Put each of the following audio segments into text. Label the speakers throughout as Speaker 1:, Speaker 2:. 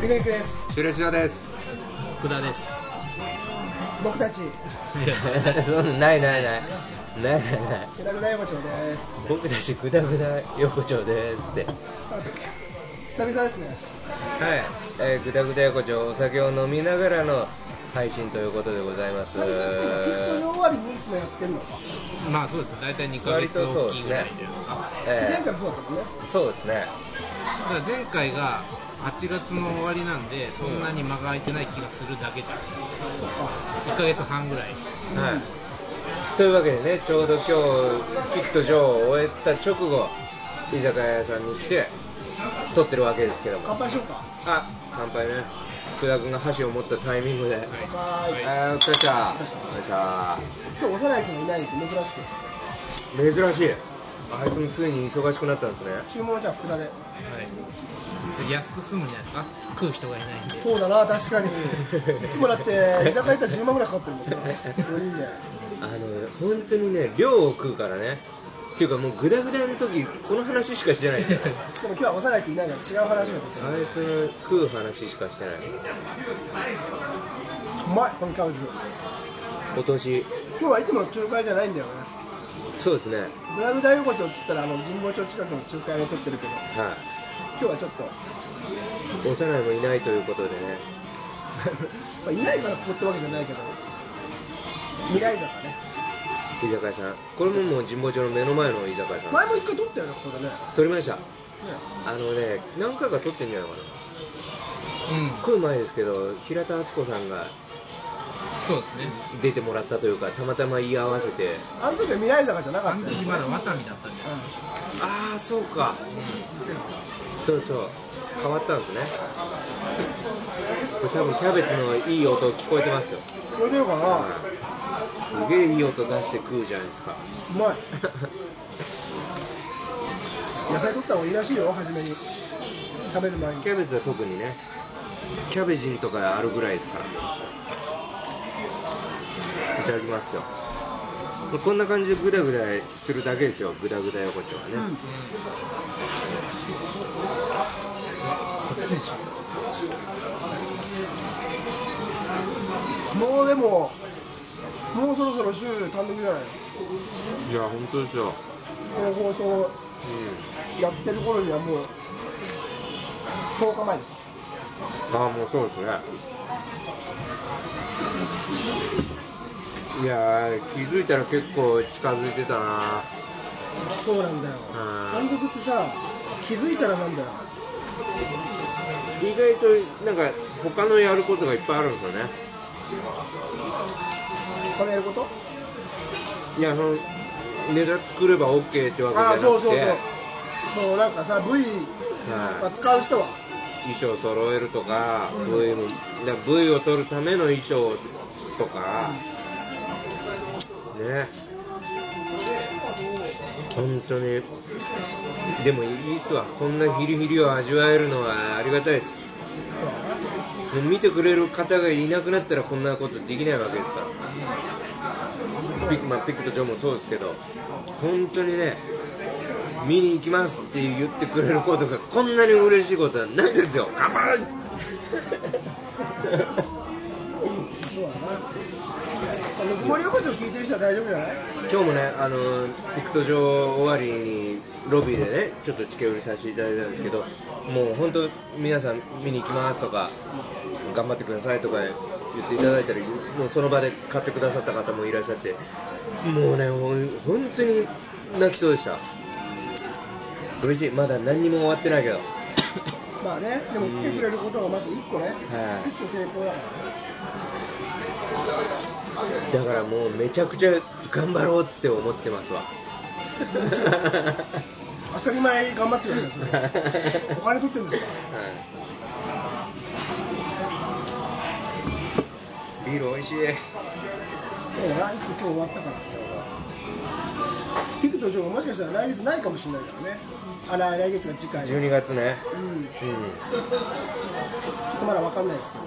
Speaker 1: リガイクです
Speaker 2: 終了しようです
Speaker 3: 福田です
Speaker 1: 僕たち
Speaker 4: そんなないないないないないない
Speaker 1: けだぐだ山町です
Speaker 4: 僕たちグダグダ横丁ですってはい、
Speaker 1: 久々ですね
Speaker 4: えー、グダグダ横丁お酒を飲みながらの配信ということでございます
Speaker 1: 久々っていうかビクトリ終わりにいつもやってるのか
Speaker 3: まあそうです大体2ヶ月
Speaker 4: 割とそ
Speaker 3: 大
Speaker 4: うで
Speaker 3: き
Speaker 4: す
Speaker 3: い
Speaker 4: ね
Speaker 3: ぐらいじゃないですか
Speaker 4: え
Speaker 1: 前回もそうだったもんね
Speaker 4: ーそうですね
Speaker 3: だから前回が8月の終わりなんでそんなに間が空いてない気がするだけじゃないですか
Speaker 1: そうか
Speaker 3: 1ヶ月半ぐらい
Speaker 4: はいというわけでねちょうど今日キットジョーを終えた直後居酒屋さんに来て撮ってるわけですけども
Speaker 1: 乾杯しようか
Speaker 4: あ乾杯ね福田君が箸を持ったタイミングで、
Speaker 1: 乾杯、
Speaker 4: あーお疲れっしたお疲れっした
Speaker 1: 今日幼い君がいないんですよ珍し
Speaker 4: 珍しいあいつもついに忙しくなったんですね
Speaker 1: く注文はじゃあ福田で
Speaker 3: はいで安く済むんじゃないですか食う人がいないんで
Speaker 1: そうだな確かにいつもだって居酒屋行ったら10万ぐらいかかってるもんね4人で
Speaker 4: あの本当にね量を食うからねっていうかもうグダグダの時この話しかしてない んですよ
Speaker 1: でも今日は幼い君いないから違う話が出てきた
Speaker 4: あいつの食う話しかしてないう
Speaker 1: まいこのキャベツ
Speaker 4: お年
Speaker 1: 今日はいつもの中華じゃないんだよね
Speaker 4: そうですねはい
Speaker 1: グラム大横丁っつったらあの神保町近くの中華屋で撮ってるけど今日はちょっと
Speaker 4: 幼いもいないということでね
Speaker 1: まあ、いないからここってわけじゃないけど未来坂ね
Speaker 4: 居酒屋さんこれももう神保町の目の前の居酒屋さん
Speaker 1: 前も一回撮ったよねここでね
Speaker 4: 撮りましたあのね何回か撮ってんじゃないかな
Speaker 3: うん
Speaker 4: 食う前ですけど平田敦子さんが
Speaker 3: そうですね
Speaker 4: 出てもらったというかたまたま言い合わせて
Speaker 1: あの時は未来坂じゃな
Speaker 3: あ
Speaker 1: かっ
Speaker 3: の
Speaker 1: たよ
Speaker 3: 時まだワタミだったんで
Speaker 4: ああそうか、そうそう変わったんですねこれ多分キャベツのいい音聞こえてますよ
Speaker 1: これでようかな
Speaker 4: すげえいい音出して食うじゃないですか
Speaker 1: うまい野菜取った方がいいらしいよ初めに食べる前に
Speaker 4: キャベツは特にねキャベジンとかあるぐらいですからいただきますよこんな感じでグダグダするだけですよグダグダ横丁はね、
Speaker 1: もうでももうそろそろ週単独じゃないの
Speaker 4: いや本当ですよ、
Speaker 1: この放送
Speaker 4: う
Speaker 1: やってる頃にはもう10日前です
Speaker 4: ん、ああもうそうですねいやー気づいたら結構近づいてたな
Speaker 1: そうなんだよ
Speaker 4: うん
Speaker 1: 単独ってさ気づいたらなんだよ
Speaker 4: 意外となんか他のやることがいっぱいあるんですよね
Speaker 1: これやること
Speaker 4: いやそのネタ作れば OK ってわけじゃ
Speaker 1: あ
Speaker 4: な
Speaker 1: あ
Speaker 4: くて
Speaker 1: そうそうそうそうなんかさ V は
Speaker 4: は、
Speaker 1: 使う人はい
Speaker 4: 衣装揃えるとか V もだ V を取るための衣装とかね本当にでもいいっすわこんなヒリヒリを味わえるのはありがたいですもう見てくれる方がいなくなったらこんなことできないわけですからピック,、まあ、ピックとジョーもそうですけど本当にね見に行きますって言ってくれることがこんなに嬉しいことはないですよ頑張る
Speaker 1: そうだなあの森横丁聞いてる人は大丈夫じゃない
Speaker 4: 今日もねあのピクト上終わりにロビーでねちょっとチケ売りさせていただいたんですけどもう本当皆さん見に行きますとか頑張ってくださいとか言っていただいたりもうその場で買ってくださった方もいらっしゃってもうねほん本当に泣きそうでした嬉しいまだ何にも終わってないけど
Speaker 1: まあねでも来てくれることがまず1個ね
Speaker 4: はい
Speaker 1: 1個成功だか
Speaker 4: だからもうめちゃくちゃ頑張ろうって思ってますわ
Speaker 1: ら当たり前に頑張ってるんですよそれお金取ってるんですか
Speaker 4: はいビール美味しい。
Speaker 1: らそうだな1個今日終わったからピクトとジョーもしかしたら来月ないかもしれないからねあら来月が次回
Speaker 4: 12月ね
Speaker 1: うんち
Speaker 4: う
Speaker 1: ょっとまだ分かんないですけ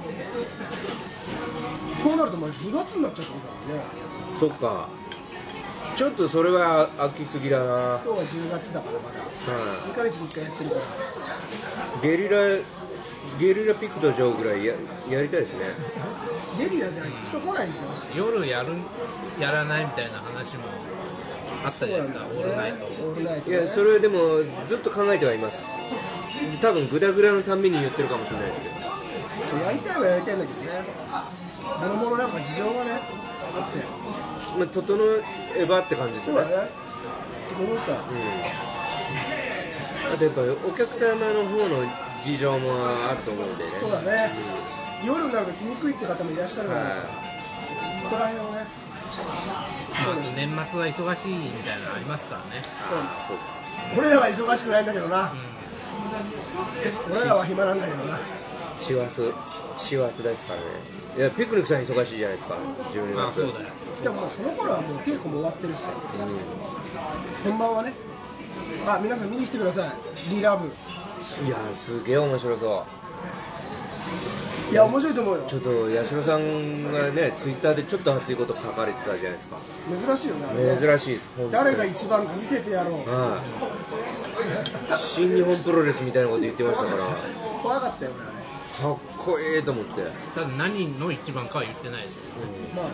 Speaker 1: どそうなるともう2月になっちゃってことだもんね
Speaker 4: んそっかちょっとそれは飽きすぎだな、
Speaker 1: 今日は10月だからまだ2ヶ月に1回やってるから
Speaker 4: うん、ゲリラゲリラピクトジョーぐらいややりたいですね
Speaker 1: ゲリラじゃ人来ないんですよ
Speaker 3: 夜やるやらないみたいな話もあったじゃないですか、オールナイト
Speaker 1: オールナイト
Speaker 4: い
Speaker 1: ね
Speaker 4: やそれでもずっと考えてはいます多分グダグダのたんびに言ってるかもしれないですけど
Speaker 1: やりたいはやりたいんだけどねもろもろなんか事情がねあって
Speaker 4: まあ、整えばって感じです
Speaker 1: そう
Speaker 4: よ
Speaker 1: だ
Speaker 4: ね
Speaker 1: ね整った
Speaker 4: うんあとやっぱお客様の方の事情もあると思うんでね
Speaker 1: そうだね夜になると来にくいって方もいらっしゃるから、
Speaker 4: は
Speaker 1: そこら辺をね
Speaker 3: まああと年末は忙しいみたいなのありますからね、
Speaker 1: そう
Speaker 4: いそうか
Speaker 1: 俺らは忙しくないんだけどな
Speaker 3: う、
Speaker 1: 俺らは暇なんだけどな
Speaker 4: 師走師走ですからねいやピクニックさん忙しいじゃないですか12
Speaker 3: ん、まあ
Speaker 4: 月
Speaker 3: そうだよ
Speaker 1: でももうその頃はもう稽古も終わってるし
Speaker 4: う
Speaker 1: 本番はねあ皆さん見に来てくださいリラブ
Speaker 4: んいやすげえ面白そ
Speaker 1: いや面白いと思うよ
Speaker 4: うちょっと八代さんがねツイッターでちょっと熱いこと書かれてたじゃないですか
Speaker 1: 珍しいよねあれね
Speaker 4: 珍しいです本当に
Speaker 1: 誰が一番か見せてやろう
Speaker 4: はい新日本プロレスみたいなこと言ってましたからか
Speaker 1: 怖かったよねあれ
Speaker 4: っこいいと思って
Speaker 3: ただ何の一番かは言ってないですよ
Speaker 1: まあね、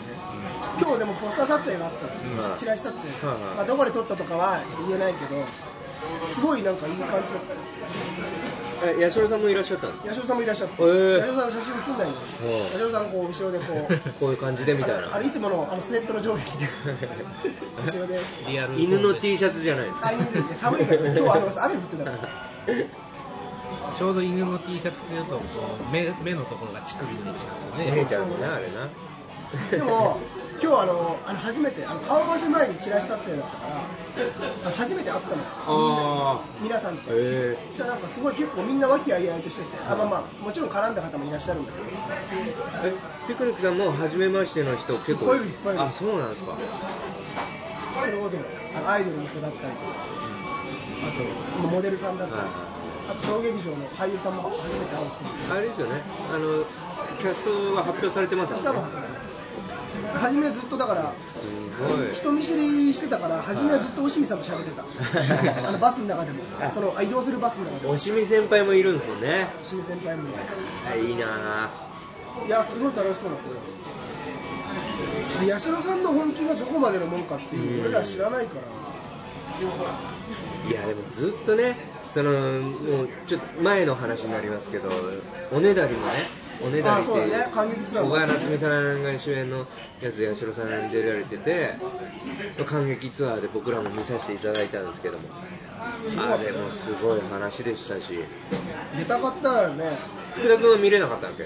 Speaker 1: 今日でもポスター撮影があったの、
Speaker 4: はい
Speaker 1: チラシ撮影、
Speaker 4: はいはい
Speaker 1: まあ、どこで撮ったとかはちょっと言えないけどすごいなんかいい感じだったよ
Speaker 4: え八代さんもいらっしゃったんですか
Speaker 1: 八代さんもいらっしゃって、
Speaker 4: へー
Speaker 1: 八代さんの写真写んないの
Speaker 4: うん
Speaker 1: に八代さんこう後ろで こう
Speaker 4: こういう感じでみたい
Speaker 1: あ
Speaker 4: な
Speaker 1: れいつものあのスウェットの上下 着て後ろで
Speaker 3: リアル
Speaker 4: 犬の
Speaker 3: シ
Speaker 4: T シャツじゃないですか
Speaker 1: あいいね寒い から今日はあの雨降ってたから
Speaker 3: ャツちょうど犬の T シャツ着てるとこう目目のところが乳首になっちゃうんですよ
Speaker 4: 見え
Speaker 3: ね
Speaker 4: ちゃうもんねあれな
Speaker 1: でも今日あのあの初めてあの顔合わせ前にチラシ撮影だったからあの初めて会ったの
Speaker 4: あ
Speaker 1: 皆さんと
Speaker 4: あへえ
Speaker 1: そしたらなんかすごい結構みんな和気あいあいとしててあまあまあもちろん絡んだ方もいらっしゃるんだけど
Speaker 4: えピクニックさんも初めましての人結
Speaker 1: いっぱい
Speaker 4: 構
Speaker 1: いるいっぱいいる
Speaker 4: あそうなんですか
Speaker 1: それこそあのアイドルの人だったりとかあとモデルさんだったり
Speaker 4: は
Speaker 1: あと小劇場の俳優さんも初めて会うんですけど
Speaker 4: いあれですよねあのキャストは発表されてますよね
Speaker 1: 朝も初めはずっとだから
Speaker 4: すごい
Speaker 1: 人見知りしてたから初めはずっと押見さんと喋ってたあのバスの中でもその あ移動するバスの中でも
Speaker 4: おしみ先輩もいるんですもんね
Speaker 1: 押見先輩もい
Speaker 4: あいいなあ
Speaker 1: ていやすごい楽しそうな子ですちょっと八代さんの本気がどこまでのもんかっていう俺ら知らないから
Speaker 4: いやでもずっとねそのもうちょっと前の話になりますけどおねだりもねおねだりって
Speaker 1: あそう
Speaker 4: いう
Speaker 1: だね感激ツアー
Speaker 4: 小
Speaker 1: も
Speaker 4: 川夏美さんが主演のやつ八代さんに出られてて感激ツアーで僕らも見させていただいたんですけどもあれもすごい話でしたし
Speaker 1: 出たかったよね
Speaker 4: 福田君は見れなかったわけ、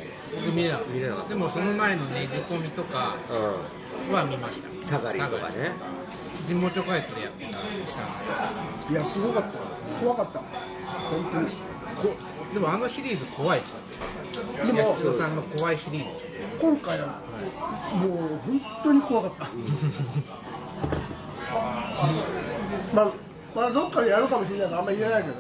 Speaker 3: 見れな
Speaker 4: 見れなかった
Speaker 3: でもその前のねじ込みとか
Speaker 4: う
Speaker 3: は見ました
Speaker 4: ん、サガリとかね
Speaker 3: 神保町開発でやってたりしたんですけど
Speaker 1: いやすごかった怖かった本当に
Speaker 3: こでもあのシリーズ怖いっす
Speaker 1: で
Speaker 3: 八
Speaker 1: も
Speaker 3: 代さんの怖いシリーズ
Speaker 1: 今回はもう本当に怖かった まあまあどっかでやるかもしれないからあんまり言えないけど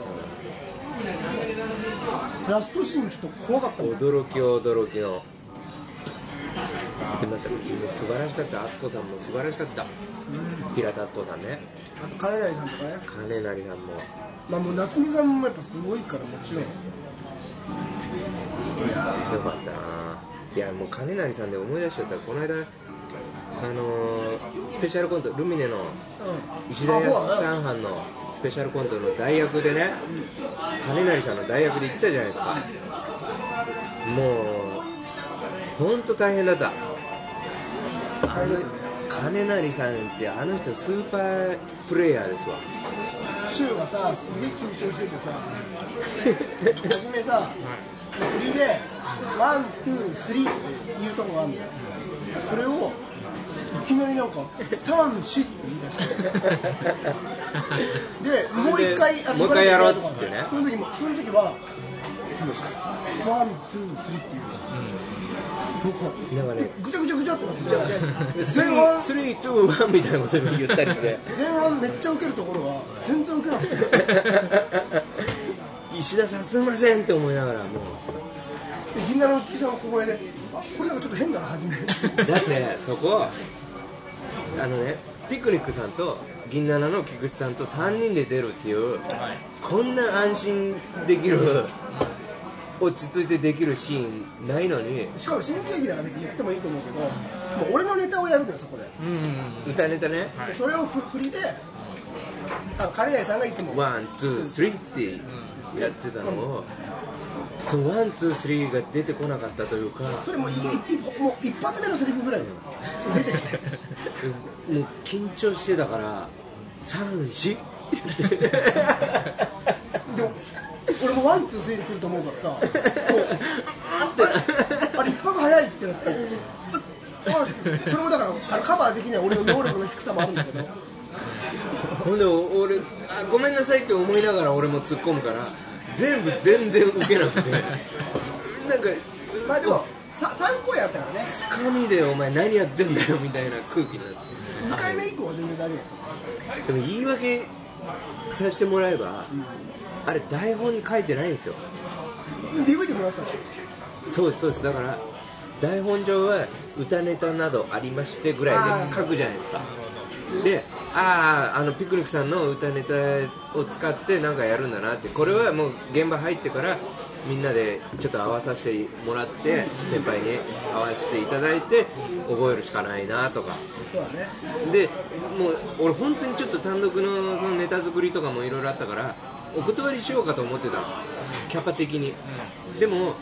Speaker 1: ラストシーンちょっと怖かったもん
Speaker 4: 驚き驚きのでまた素晴らしかった敦子さんも素晴らしかった平田敦子さんね
Speaker 1: あと金谷さんとかね
Speaker 4: 金成さんも
Speaker 1: まあもう夏美さんもやっぱすごいからもちろん
Speaker 4: よかったないやもう金成さんで思い出しちゃったこの間あのースペシャルコントルミネの石田
Speaker 1: あそう
Speaker 4: 康
Speaker 1: だね
Speaker 4: 三藩のスペシャルコントの代役でね金成さんの代役で行ったじゃないですかもう本当大変だったあの金成さんってあの人スーパープレイヤーですわ
Speaker 1: 柊がさすげえ緊張しててさ初めさ振りでワン、ツー、スリーっていうとこがあるんだよそれをいきなりなんか三、四って言い出してでもう一回
Speaker 4: もう一回やろうっつってね
Speaker 1: その時もその時はそうですワン、ツー、スリーっていう、
Speaker 4: なんかね
Speaker 1: 僕ぐちゃぐちゃぐちゃってなってぐちゃぐちゃってなって
Speaker 4: ス リ
Speaker 1: 前
Speaker 4: ー
Speaker 1: 半
Speaker 4: スリーツーワンみたいなこと言ったりして
Speaker 1: 前半めっちゃ受けるところは全然受けなくて
Speaker 4: 石田さんすいませんって思いながらも
Speaker 1: 銀座の月さんの小声であこれなんかちょっと変だな初め
Speaker 4: うだってそこあのねピクニックさんと銀七の菊池さんと3人で出るっていう
Speaker 3: はい
Speaker 4: こんな安心できる落ち着いてできるシーンないのに
Speaker 1: しかも新喜劇だから別に言ってもいいと思うけどもう俺のネタをやるのよそこで
Speaker 3: うんうんうん
Speaker 4: 歌ネタね
Speaker 3: はい
Speaker 1: でそれをふ振りであの金谷さんがいつも
Speaker 4: ワン、ツー、スリーってやってたのを、そのワン、ツー、スリーが出てこなかったというか、
Speaker 1: それもういい一歩もう一発目のセリフぐらいだよそれ出てきて
Speaker 4: もう緊張してたから、3、4って言って、
Speaker 1: でも俺もワンツースリーで来ると思うからさもうああれあれ一拍早いってなってあそれもだからあのカバーできない俺の能力の低さもあるんだけど
Speaker 4: ほんで、お俺あ、ごめんなさいって思いながら俺も突っ込むから、全部全然受けなくて、なんか、
Speaker 1: まあでもさ3公演あったからね
Speaker 4: つかみでお前何やってんだよみたいな空気になって。
Speaker 1: 2回目以降は全然大丈夫
Speaker 4: でも言い訳させてもらえば、あれ台本に書いてないんですよ
Speaker 1: DVD もらってたの
Speaker 4: そうですそうですだから台本上は歌ネタなどありましてぐらい
Speaker 1: あ
Speaker 4: で
Speaker 1: ー
Speaker 4: 書くじゃないですかであああのピクニックさんの歌ネタを使ってなんかやるんだなってこれはもう現場入ってからみんなでちょっと合わさせてもらって先輩に合わせていただいて覚えるしかないなとか
Speaker 1: そうだね
Speaker 4: でもう俺本当にちょっと単独のそのネタ作りとかもいろいろあったからお断りしようかと思ってたのキャパ的にでも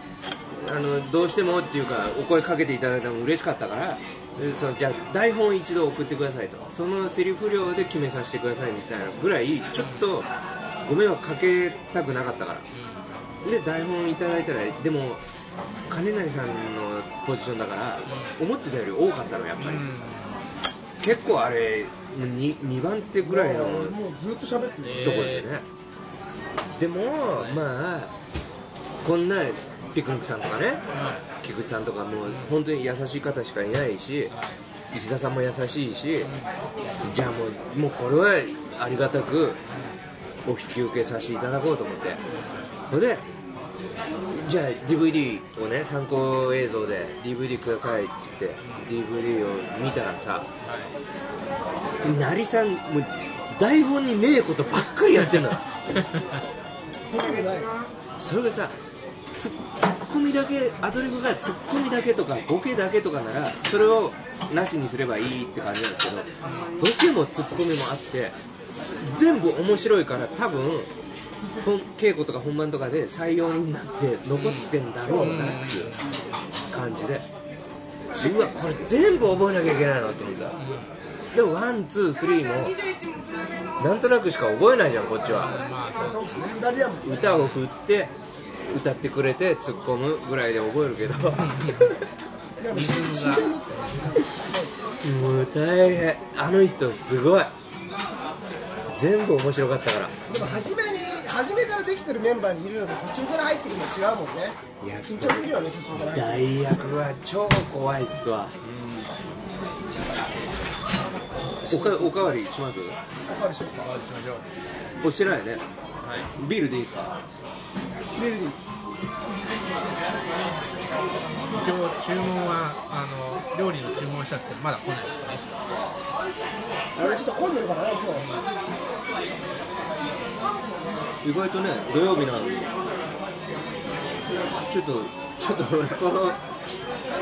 Speaker 4: あのどうしてもっていうかお声かけていただいたのも嬉しかったからでそのじゃあ台本一度送ってくださいとそのセリフ量で決めさせてくださいみたいなぐらいちょっとご迷惑かけたくなかったからで台本いただいたらでも金成さんのポジションだから思ってたより多かったのやっぱり、結構あれ 2, 2番手ぐらいのとこ
Speaker 1: もうずっと喋ってる
Speaker 4: ろでね、でもまあこんなピクニックさんとかね菊池さんとかもう本当に優しい方しかいないし石田さんも優しいしじゃあもうもうこれはありがたくお引き受けさせていただこうと思ってそれでじゃあ DVD をね参考映像で DVD くださいって言って DVD を見たらさ成さんもう台本にねえことばっかりやってんの
Speaker 1: そんなことないよ
Speaker 4: それがさツッツッコミだけアドリブがツッコミだけとかボケだけとかならそれをなしにすればいいって感じなんですけどボケもツッコミもあって全部面白いから多分本稽古とか本番とかで採用になって残ってんだろうなっていう感じでうわこれ全部覚えなきゃいけないのって思ったでもワンツースリーもなんとなくしか覚えないじゃんこっちは
Speaker 1: そうですね下りはもう
Speaker 4: 歌を振って歌ってくれて突っ込むぐらいで覚えるけど
Speaker 1: でも新鮮だったよ
Speaker 4: もう大変あの人すごい全部面白かったから
Speaker 1: でも初めに初めからできてるメンバーにいるのと途中から入ってくるのは違うもんね
Speaker 4: いや
Speaker 1: 緊張するよね途中から入って
Speaker 4: 大役は超怖いっすわおかおかわりします
Speaker 1: わかるでしょ
Speaker 3: お会いしましょう
Speaker 4: おしてないよね
Speaker 3: はい
Speaker 4: ビールでいいですか
Speaker 1: メルディ
Speaker 3: 一応注文はあの料理の注文したんですけどまだ来ないですね
Speaker 1: 俺ちょっと混んでるからね今日
Speaker 4: 意外とね土曜日なのにちょっとちょっと俺この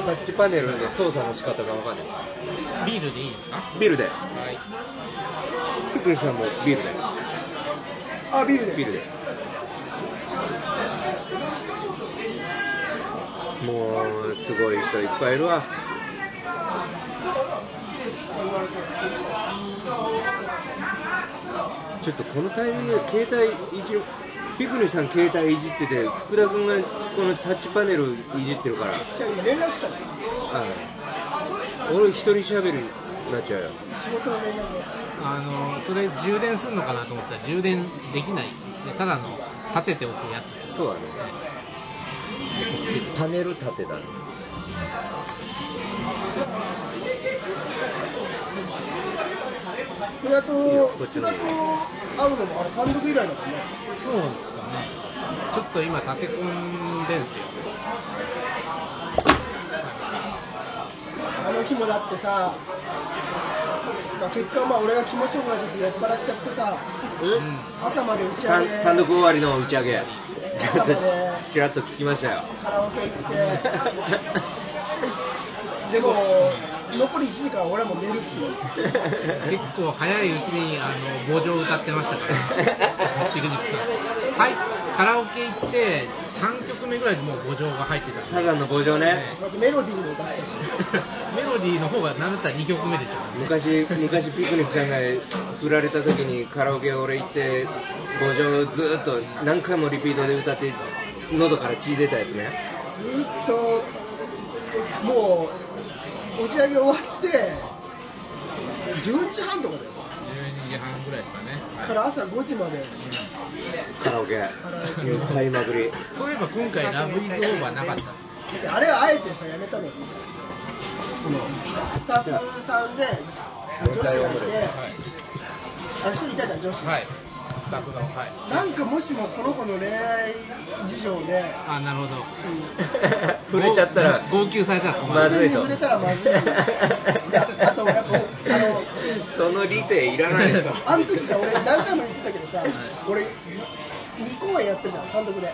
Speaker 4: タッチパネルの操作の仕方が分かんない
Speaker 3: ビールでいいですか
Speaker 4: ビールで
Speaker 3: はい
Speaker 4: ピクルさんもビールで
Speaker 1: あビールで
Speaker 4: ビールでもうすごい人いっぱいいるわちょっとこのタイミングで携帯いじるピクルさん携帯いじってて福田君がこのタッチパネルいじってるから
Speaker 1: じゃあ今連絡来たの
Speaker 4: ああ俺一人喋りになっちゃうよ
Speaker 1: 仕事の連絡
Speaker 3: あのそれ充電するのかなと思ったら充電できないですねただの立てておくやつです
Speaker 4: そうだねパネル立てたの
Speaker 1: 福田と福田と会うのもあれ単独以来だもんね
Speaker 3: そうですかねちょっと今立て込んでんすよ
Speaker 1: あの日もだってさ、まあ、結果まあ俺が気持ちよくなっちゃって酔っ払っちゃってさ朝まで打ち上
Speaker 4: 単
Speaker 1: げ
Speaker 4: 単独終わりの打ち上げちょっと
Speaker 1: 朝まで
Speaker 4: ちらっと聞きましたよ
Speaker 1: カラオケ行ってでも残り1時間俺はもう寝るっていう
Speaker 3: 結構早いうちにあの棒状歌ってましたからピクニックさんはいカラオケ行って3曲目ぐらいでもう五条が入ってたし
Speaker 4: サザンの棒状ね
Speaker 1: だってメロディーも出したし
Speaker 3: メロディーの方が慣れたら2曲目でしょ
Speaker 4: 昔昔ピクニックさんが振られた時にカラオケ俺行って棒状ずーっと何回もリピートで歌って喉から血出たやつね
Speaker 1: ずっともう打ち上げ終わって10時半とかだよ
Speaker 3: 12時半ぐらいですかね
Speaker 1: から朝5時まで
Speaker 4: カラオケ歌いまくり
Speaker 3: そういえば今回ラブイズオーバーなかったっす
Speaker 1: であれはあえてさやめたのよそのスタッフさんで女子がいてあの一人いたじゃん女子、
Speaker 3: はいスタッフがはい
Speaker 1: なんかもしもこの子の恋愛事情で
Speaker 3: あなるほど
Speaker 4: 触れちゃったら
Speaker 3: 号泣されたら困
Speaker 4: ま
Speaker 3: る
Speaker 4: ずい
Speaker 1: に
Speaker 4: と
Speaker 1: 触れたらまずいであとやっぱあの
Speaker 4: その理性いらないですか
Speaker 1: あの時さ 俺何回も言ってたけどさ俺2公演やってるじゃん単独で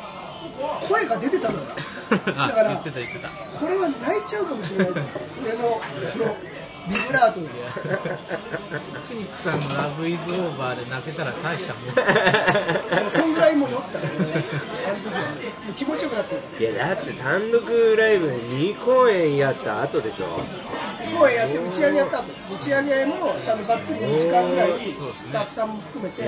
Speaker 1: 声が出て たのよだか
Speaker 3: あ言
Speaker 1: ら
Speaker 3: ってた言ってた
Speaker 1: これは泣いちゃうかもしれないと思う俺のこのビブラートで
Speaker 3: ピクニックさんのラブイズオーバーで泣けたら大したもん
Speaker 1: もうそんぐらいもう酔ってたからね、あの時は。もう気持ちよくなってる。
Speaker 4: いやだって単独ライブで2公演やった後でしょ
Speaker 1: 公演やって打ち上げやった後、打ち上げもちゃんとがっつり2時間ぐらい、スタッフさんも含めて、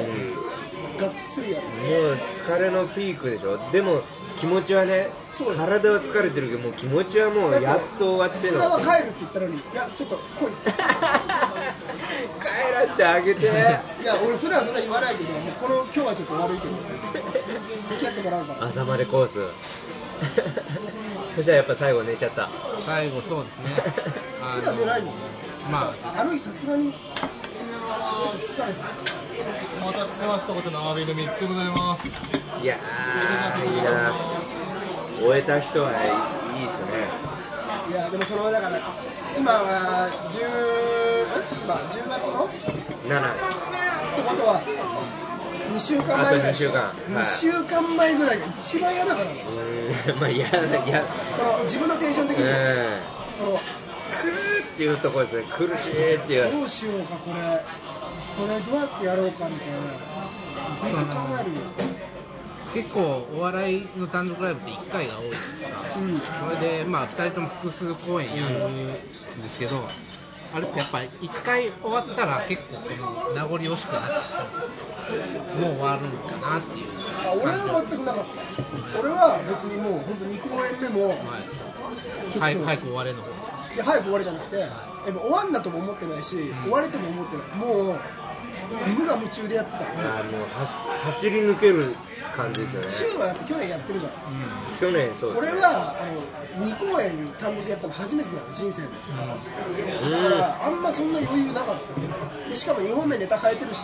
Speaker 1: がっつりやって。
Speaker 4: もう疲れのピークでしょでも気持ちはね
Speaker 1: そう
Speaker 4: 体は疲れてるけどもう気持ちはもうやっと終わってん
Speaker 1: 福田
Speaker 4: の
Speaker 1: は帰るって言ったのに、いや、ちょっと来い。
Speaker 4: 帰らせてあげて
Speaker 1: いや、俺普段そんな言わないけど、もうこの今日はちょっと悪いけど、付き合ってもらうから。
Speaker 4: 朝までコースそしたらやっぱ最後寝ちゃった
Speaker 3: 最後そう ですねあ
Speaker 1: 普段寝
Speaker 3: の
Speaker 1: ないもんね。
Speaker 3: ま
Speaker 1: あの日さすがに、ちょっと疲れてた。
Speaker 2: お待たせしましたこと生ビール3つございます
Speaker 4: いやーいいな終えた人はいいっすね
Speaker 1: いや、でもその、だから、今は10、んまあ10月の
Speaker 4: 7
Speaker 1: ってことは2週間
Speaker 4: あ
Speaker 1: 前
Speaker 4: と
Speaker 1: ぐら
Speaker 4: 2
Speaker 1: い
Speaker 4: 週間
Speaker 1: 2週間前ぐらいが一番嫌だからね
Speaker 4: うーんまあ 嫌だ嫌
Speaker 1: その自分のテンション的に、
Speaker 4: うん
Speaker 1: その
Speaker 4: くーっていうとこですね苦しいっていう
Speaker 1: どうしようかこれこれどうやってやろうかみたいな絶対考えるよ、
Speaker 3: あ結構お笑いの単独ライブって1回が多いんですか
Speaker 1: うん、
Speaker 3: それでまあ2人とも複数公演やるんですけどあれですかやっぱ1回終わったら結構この名残惜しくなっちゃうんですよもう終わるのかなっていう
Speaker 1: あ俺は全くなかった俺は別にもう本当2公演目も
Speaker 3: はい早く終われの方ですか
Speaker 1: で早く終わるじゃなくてでも終わんなとも思ってないし、終われても思ってないもう無我夢中でやってた
Speaker 4: あーもう走走り抜ける感じですよね
Speaker 1: シュンはだって去年やってるじゃん
Speaker 4: 去年そうです
Speaker 1: 俺はあの2公演単独やったの初めてなの人生で、だからあんまそんな余裕なかったでしかも2本目ネタ変えてるし、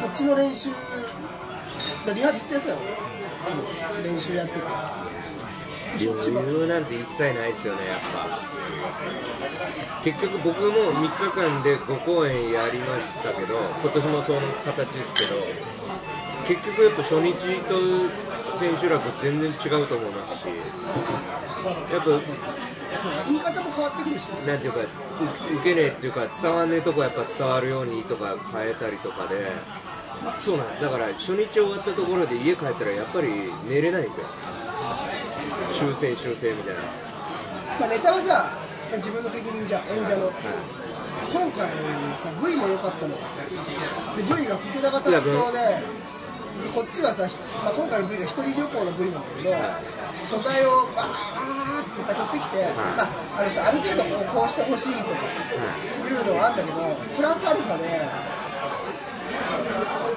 Speaker 1: そっちの練習でリハずっとやってたよその練習やってて
Speaker 4: 余裕なんて一切ないですよねやっぱ結局僕も3日間で5公演やりましたけど今年もその形ですけど結局やっぱ初日と千秋楽全然違うと思いますしやっぱ
Speaker 1: 言い方も変わってくるし
Speaker 4: なんていうかう受けねえっていうか伝わんねえとこはやっぱ伝わるようにとか変えたりとかでそうなんですだから初日終わったところで家帰ったらやっぱり寝れないんですよ修正修正みたいな
Speaker 1: まあ、ネタはさ自分の責任じゃん演者の今回さ V も良かったので V が福田が担当でこっちはさ、まあ、今回の V が一人旅行の V なんだけど素材をバーっていっぱい取ってきて、まあ、あのさある程度こうこうしてほしいとかいうのはあんだけどプラスアルファで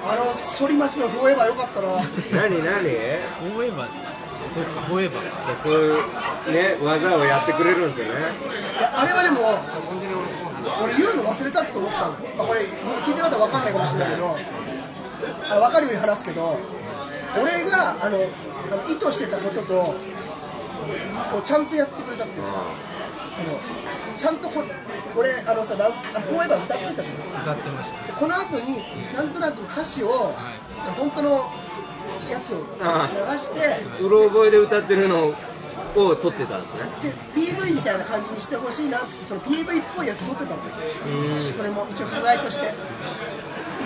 Speaker 1: あの反町のフォーエバー良かったな
Speaker 4: 何何
Speaker 3: 思えばですかそっかフォーエバーか
Speaker 4: そういうね技をやってくれるんですよね
Speaker 1: いやあれはでも俺言うの忘れたと思ったの、まあ、これ聞いてなかったら分かんないかもしれないけどあ分かるように話すけど俺があのあの意図してたこととこうちゃんとやってくれたっていうそのちゃんとこ俺あのさラあフォーエバー歌ってたの
Speaker 3: 歌ってまし
Speaker 1: でこの後になんとなく歌詞を本当のやつを
Speaker 4: あ
Speaker 1: 流して
Speaker 4: うろ覚えで歌ってるのを撮ってたんですね
Speaker 1: で PV みたいな感じにしてほしいなっつってその PV っぽいやつ撮ってたの
Speaker 4: うん
Speaker 1: それも一応素材として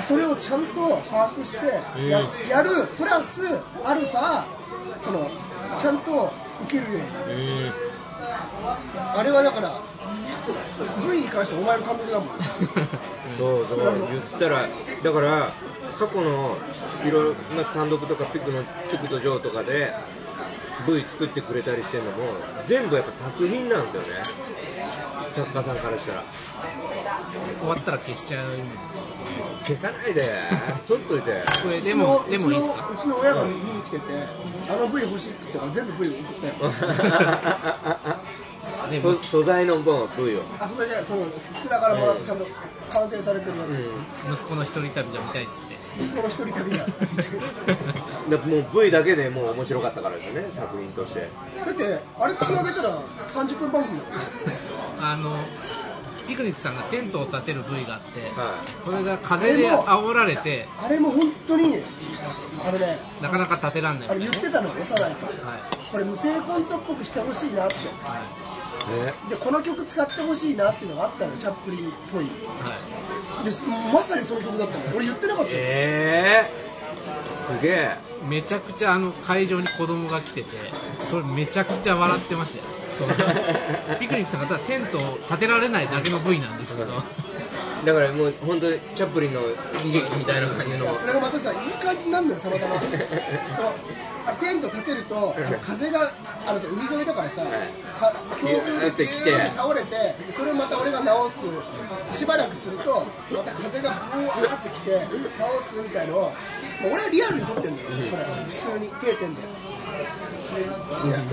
Speaker 1: それをちゃんと把握してや,、やるプラスアルファそのちゃんと受けるように
Speaker 4: うん
Speaker 1: あれはだから V に関してはお前の感覚だもん
Speaker 4: そうそう言ったらだから過去のいろんな単独とかピクのピクとジョーとかで V 作ってくれたりしてるのも全部やっぱ作品なんですよね作家さんからしたら
Speaker 3: た終わったら消しちゃう
Speaker 4: 消さないで撮っといて
Speaker 3: これでも
Speaker 1: うち
Speaker 3: で
Speaker 1: の
Speaker 3: もいいですか
Speaker 1: うちのうちの親が見に来ててあの V 欲しいって言ったから全部 V 送ったよ
Speaker 3: でも
Speaker 4: そ素材の分を V を
Speaker 1: あそれじゃないその福田からもらってちゃんと完成されてるや
Speaker 3: 息子の一人旅が見たいっつって
Speaker 1: つ息子の一人旅が
Speaker 4: だもう V だけでもう面白かったからですよね作品として
Speaker 1: だってあれつなげたら30分番組だもん
Speaker 3: あのピクニックさんがテントを立てる部位があって、
Speaker 4: はい
Speaker 3: それが風で煽られて
Speaker 1: あれも本当にあのね
Speaker 3: なかなか立てらんない
Speaker 1: あれ
Speaker 3: み
Speaker 1: 言った
Speaker 3: い
Speaker 1: てたの幼い子
Speaker 3: な、はい
Speaker 1: これ無声コントっぽくしてほしいなって
Speaker 3: は
Speaker 4: ね
Speaker 1: でこの曲使ってほしいなっていうのがあったのよチャップリンっぽい
Speaker 3: いはい、
Speaker 1: でまさにその曲だったの俺言ってなかったよ
Speaker 4: えー、すげえ
Speaker 3: めちゃくちゃあの会場に子供が来ててそれめちゃくちゃ笑ってましたよそのピクニックさんがただテントを立てられないだけの部位なんですけど
Speaker 4: だからもう本当にチャップリンの悲劇みたいな感じの
Speaker 1: それがまたさいい感じになるのよたま たまそうあテント立てるとあの風があのさ海沿いだからさ、
Speaker 4: はい
Speaker 1: か強風
Speaker 4: だ
Speaker 1: で
Speaker 4: って
Speaker 1: ビ
Speaker 4: 来て
Speaker 1: ューって倒れてそれをまた俺が直すしばらくするとまた風がブワーってきて直すみたいのをもう俺はリアルに撮ってんだよ、それ普通に定点で
Speaker 4: いやもう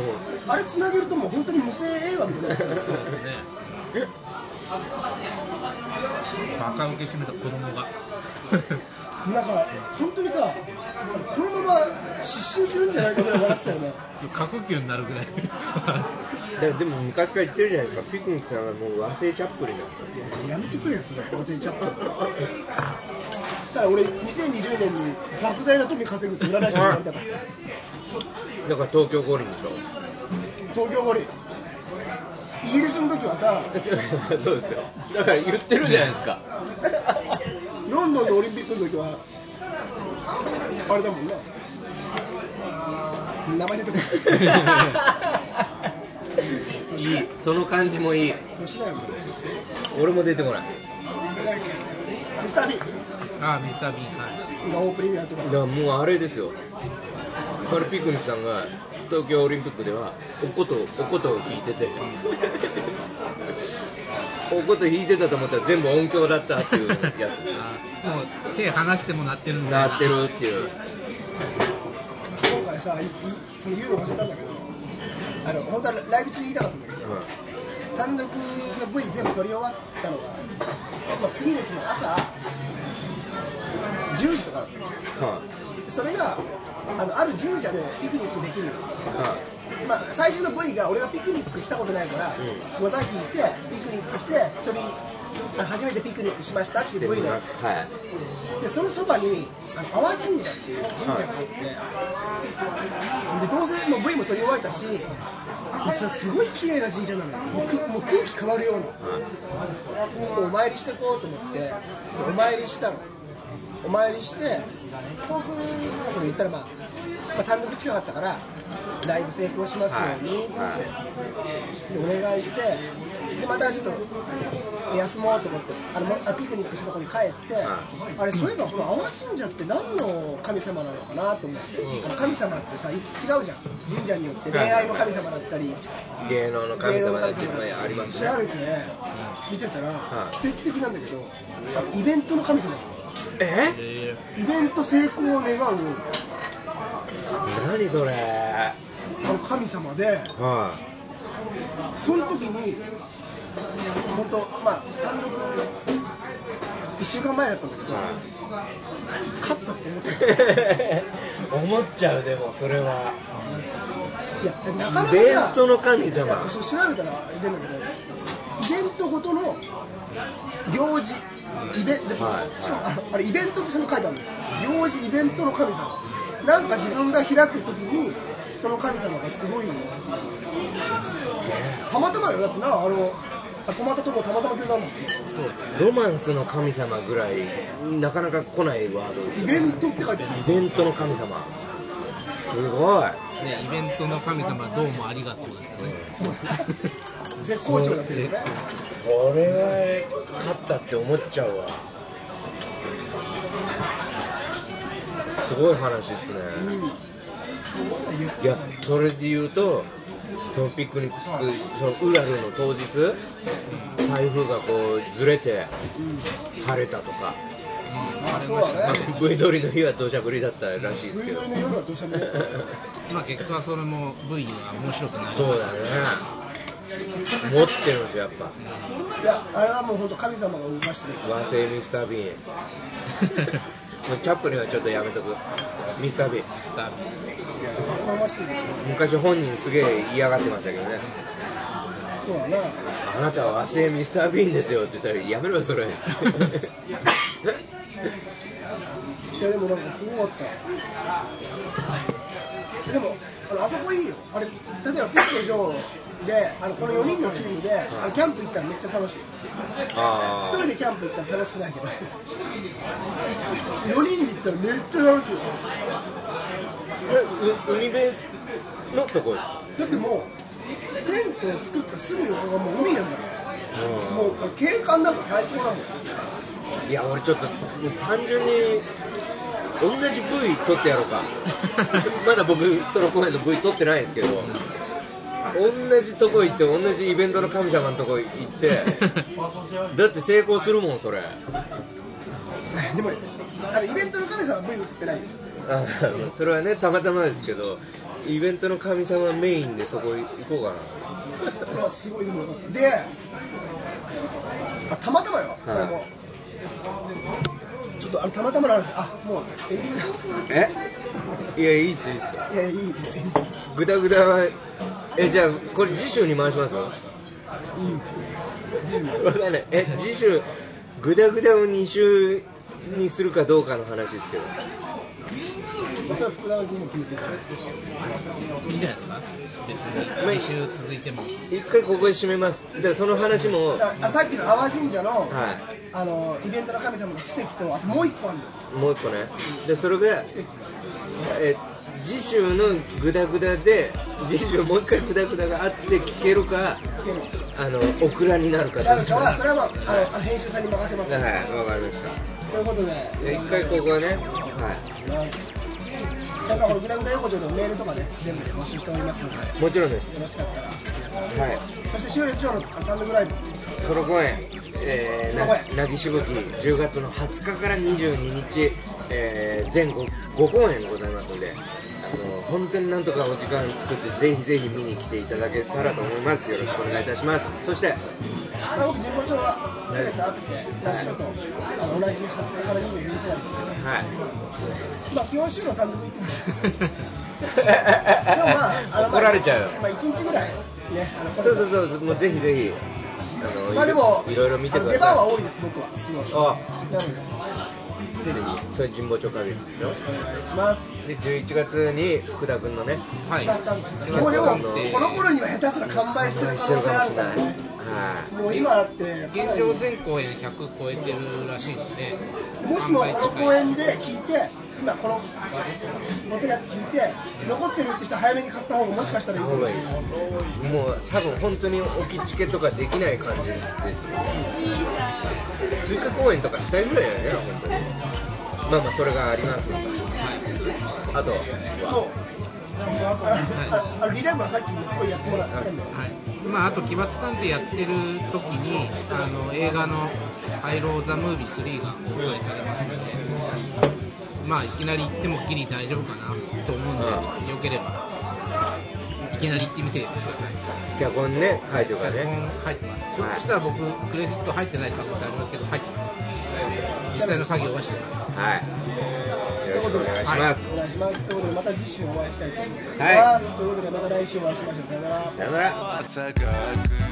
Speaker 1: あれ繋げるともう本当に無声映画みたいになってるんです
Speaker 3: そう
Speaker 1: よ
Speaker 3: ですねバカ受けしてました子供が
Speaker 1: なんか本当にさこのまま失神するんじゃないかぐらい笑ってたよね
Speaker 3: 過呼吸になるぐらい
Speaker 4: だからでも昔から言ってるじゃないですかピクニックさんはもう和製チャップリンなんですよ
Speaker 1: やめてくれよ、それ、忘れちゃった。だから俺、2020年に莫大な富稼ぐって占い師になりたから、
Speaker 4: だから東京五輪でしょ
Speaker 1: 東京五輪。イギリスの時はさ、
Speaker 4: そうですよだから言ってるじゃないですか
Speaker 1: ロンドンのオリンピックの時は、あれだもんな。名前出てこない。
Speaker 4: いいその感じもいい
Speaker 1: 年だよ、もう。
Speaker 4: 俺も出てこない
Speaker 1: ミスタービ
Speaker 3: ああミスター・ビーンはい
Speaker 1: ーがオープニングやってた
Speaker 4: だからもうあれですよだからピクニックさんが東京オリンピックではおことおことを弾いてておこと弾いてたと思ったら全部音響だったっていうや つ
Speaker 3: ああもう手離しても鳴ってるんだ
Speaker 4: なってるっていう
Speaker 1: 今回さ、いいその言うの忘れたんだけど、あの本当はライブ中に言いたかったんだけど、単独の V 全部撮り終わったのが、まあ、次の日の朝10時とかだったの
Speaker 4: は
Speaker 1: それがあのある神社でピクニックできるの、
Speaker 4: いは
Speaker 1: まあ、最初の V が俺がピクニックしたことないから
Speaker 4: う
Speaker 1: 尾崎行ってピクニックして一人あ初めてピクニックしましたって
Speaker 4: い
Speaker 1: い
Speaker 4: で
Speaker 1: う
Speaker 4: 見
Speaker 1: V なん
Speaker 4: ま
Speaker 1: ですす
Speaker 4: はい
Speaker 1: でそのそばにあの淡神社っていう神社があって、でどうせもう V も撮り終わったしそれすごい綺麗な神社なのよもうくもう空気変わるような、ここお参りしてこうと思ってお参りしたのお参りしてそれ言ったら、まあ、まあ単独近かったからライブ成功しますように、
Speaker 4: はい
Speaker 1: でお願いしてでまたちょっと休もうと思ってあのまあピクニックしたとこに帰って、あれそういえばこの淡神社って何の神様なのかなと思って、あの神様ってさい違うじゃん神社によって恋愛の神様だったり
Speaker 4: 芸能の神様だっていうのがありますね
Speaker 1: 調べてね見てたら、
Speaker 4: はい
Speaker 1: 奇跡的なんだけどあのイベントの神様なの
Speaker 4: え
Speaker 1: イベント成功を願う
Speaker 4: 何それ
Speaker 1: 神様で
Speaker 4: は
Speaker 1: その時に本当まあ単独1週間前だったんだけ
Speaker 4: い、
Speaker 1: ど
Speaker 4: は
Speaker 1: 勝ったって思ってた
Speaker 4: い、思っちゃうでもそれはい
Speaker 1: やなかなか
Speaker 4: イベン
Speaker 1: さ
Speaker 4: トの神
Speaker 1: いや
Speaker 4: 様
Speaker 1: そう調べたら出るんだけどイベントごとの行事イベント、
Speaker 4: はい
Speaker 1: しかもあのあれイベントってその書いてあるのよ行事イベントの神様なんか自分が開くときにその神様がすごいのたまたまよだってなあの泊まったとこたまたま決めたんだもん
Speaker 4: ロマンスの神様ぐらいなかなか来ないワードです
Speaker 1: イベントって書いてあ
Speaker 4: イベントの神様すごい
Speaker 3: ねイベントの神様どうもありがとうですよね
Speaker 1: る絶好調だっていうね
Speaker 4: それは勝ったって思っちゃうわすごい話ですね、いやそれで言うとそのピクニックそのウラルの当日台風がこうずれて晴れたとか、
Speaker 1: あそうだ
Speaker 4: まあ
Speaker 1: ね
Speaker 4: V 撮りの日は土砂降りだったらしいです
Speaker 1: ブ
Speaker 4: け
Speaker 1: リ
Speaker 4: ど
Speaker 1: ブリの夜はどうしたね
Speaker 3: まあ結果はそれも V が面白くなりました
Speaker 4: そうだね持ってるんですよやっぱ
Speaker 1: いやあれはもう本当神様が動かしてる
Speaker 4: 和製ミスター・ビーンもうチャップリンはちょっとやめとくミスター・ビーン
Speaker 1: 動かしてる
Speaker 4: 昔本人すげえ嫌がってましたけどね
Speaker 1: そうだな
Speaker 4: あなたは和製ミスター・ビーンですよって言ったらやめろよそれ
Speaker 1: いやでもなんかすごかったでもあのあそこいいよあれ例えばピッチ上であのこの4人のチームであのキャンプ行ったらめっちゃ楽しい1
Speaker 4: あ
Speaker 1: 人でキャンプ行ったら楽しくないけど4人で行ったらめっちゃ楽しいよ
Speaker 4: あ海辺のとこですか
Speaker 1: だってもうテントを作ったすぐ横がもう海なんだからもう景観なんか最高だもん
Speaker 4: いや俺ちょっと単純に同じ V 撮ってやろうかまだ僕ソロ公演の V 撮ってないんですけど同じとこ行って同じイベントの神様のとこ行ってだって成功するもんそれ
Speaker 1: でもあのイベントの神様は V 映ってないよ
Speaker 4: あそれはねたまたまですけどイベントの神様メインでそこ行こうか
Speaker 1: いやすごいでもよかったであたまたまよ、これもちょっとあのたまたまの話あもうエンディングだ
Speaker 4: なえいやいいっすいいっす
Speaker 1: いやいいもうエンディング
Speaker 4: グダグダはえじゃあこれ次週に回しますわかんないえ次週グダグダを2週にするかどうかの話ですけど
Speaker 1: また福田君も決めてる
Speaker 3: いいんじゃないですか別に毎週続いても
Speaker 4: 一回ここで締めますだからその話もは
Speaker 1: だあさっきの淡神社の、
Speaker 4: い
Speaker 1: あのイベントの神様の奇跡とあともう一個あるの
Speaker 4: もう一個ねでそれが
Speaker 1: 奇跡が
Speaker 4: え次週のグダグダで次週もう一回グダグダがあって聞けるか
Speaker 1: 聞ける
Speaker 4: あのオクラになるか
Speaker 1: なるかは
Speaker 4: は
Speaker 1: それは、まあ、あのあの編集さんに任せます、
Speaker 4: いわかりまし
Speaker 1: ということで
Speaker 4: たで一回ここはねはい
Speaker 1: なんかこのグラグラ横丁のメールとかね全部で募集しておりますのでよ
Speaker 4: もちろんです。
Speaker 1: ろしかったら
Speaker 4: はい。
Speaker 1: そして週列上の単独ライブ
Speaker 4: ソロ公演、え
Speaker 1: ソロ公
Speaker 4: ー、なぎしぶき、10月の20日から22日、えー、全 5, 公演ございますので、あの本当になんとかお時間作って、ぜひぜひ見に来ていただけたらと思います。よろしくお願いいたします。そして、
Speaker 1: まあ、僕、神保町は2ヶ月あって、まあ、仕事、あの同じ発生から22日なんです
Speaker 4: はい。
Speaker 1: けど、まあ、基本週の単独行ってました。 でもまあ、あのまあ
Speaker 4: 怒られちゃうよ
Speaker 1: まあ、1日ぐらい、ね、あの
Speaker 4: そうそうそう、もうぜひぜひ、あの
Speaker 1: まあでも、
Speaker 4: いろいろ見てく
Speaker 1: あ
Speaker 4: だ
Speaker 1: の出番は
Speaker 4: さい。
Speaker 1: 多いです、僕は。すごい。な
Speaker 4: あ、
Speaker 1: ので、お
Speaker 4: ぜひ、それ神保町花月でしょ
Speaker 1: 願いします。
Speaker 4: で、11月に福田君のね、
Speaker 3: はい
Speaker 1: バスタンドもうでも、この頃には下手したら完売してる
Speaker 4: 一
Speaker 1: 可
Speaker 4: 緒
Speaker 1: 能性
Speaker 4: かも
Speaker 1: あ
Speaker 4: し
Speaker 1: る
Speaker 4: れ
Speaker 1: か
Speaker 4: な
Speaker 1: ら
Speaker 4: い。
Speaker 1: ね。
Speaker 4: は
Speaker 1: もう今だって、
Speaker 3: 現状全公演100超えてるらしいので
Speaker 1: もしも
Speaker 3: 販売
Speaker 1: この
Speaker 3: 近い
Speaker 1: 公演で聞いて、今この持ってるやつ聞いて、残ってるって人は早めに買った方がもしかしたらいい
Speaker 4: い。
Speaker 1: か
Speaker 4: ほ
Speaker 1: も
Speaker 4: う
Speaker 1: しれ
Speaker 4: が
Speaker 1: ない
Speaker 4: いいです。もう多分本当に置きチケとかできない感じです追加公演とかしたいぐらいだよね本当にまあまあそれがありますあとは
Speaker 1: ああのリライブはさっきもすごいやってもらったんだよ。
Speaker 3: はいまあ、あと奇抜探偵やってる時にあの映画の「ハイロー・ザ・ムービー3」が公開されますのでまあいきなり行ってもギリ大丈夫かなと思うんで、よければ行きなり行ってみてください
Speaker 4: 脚本ね書いてるからね
Speaker 3: 脚本入ってますひょっとしたら僕クレジット入ってない可能性ありますけど入ってます実際の作業はしてます
Speaker 4: はいよろしくお願いします、
Speaker 1: お願いしますということでまた次週お会いしたいと思います、
Speaker 4: はい
Speaker 1: ということでまた来週お会いしましょうさよなら
Speaker 4: さよなら
Speaker 5: 朝が来る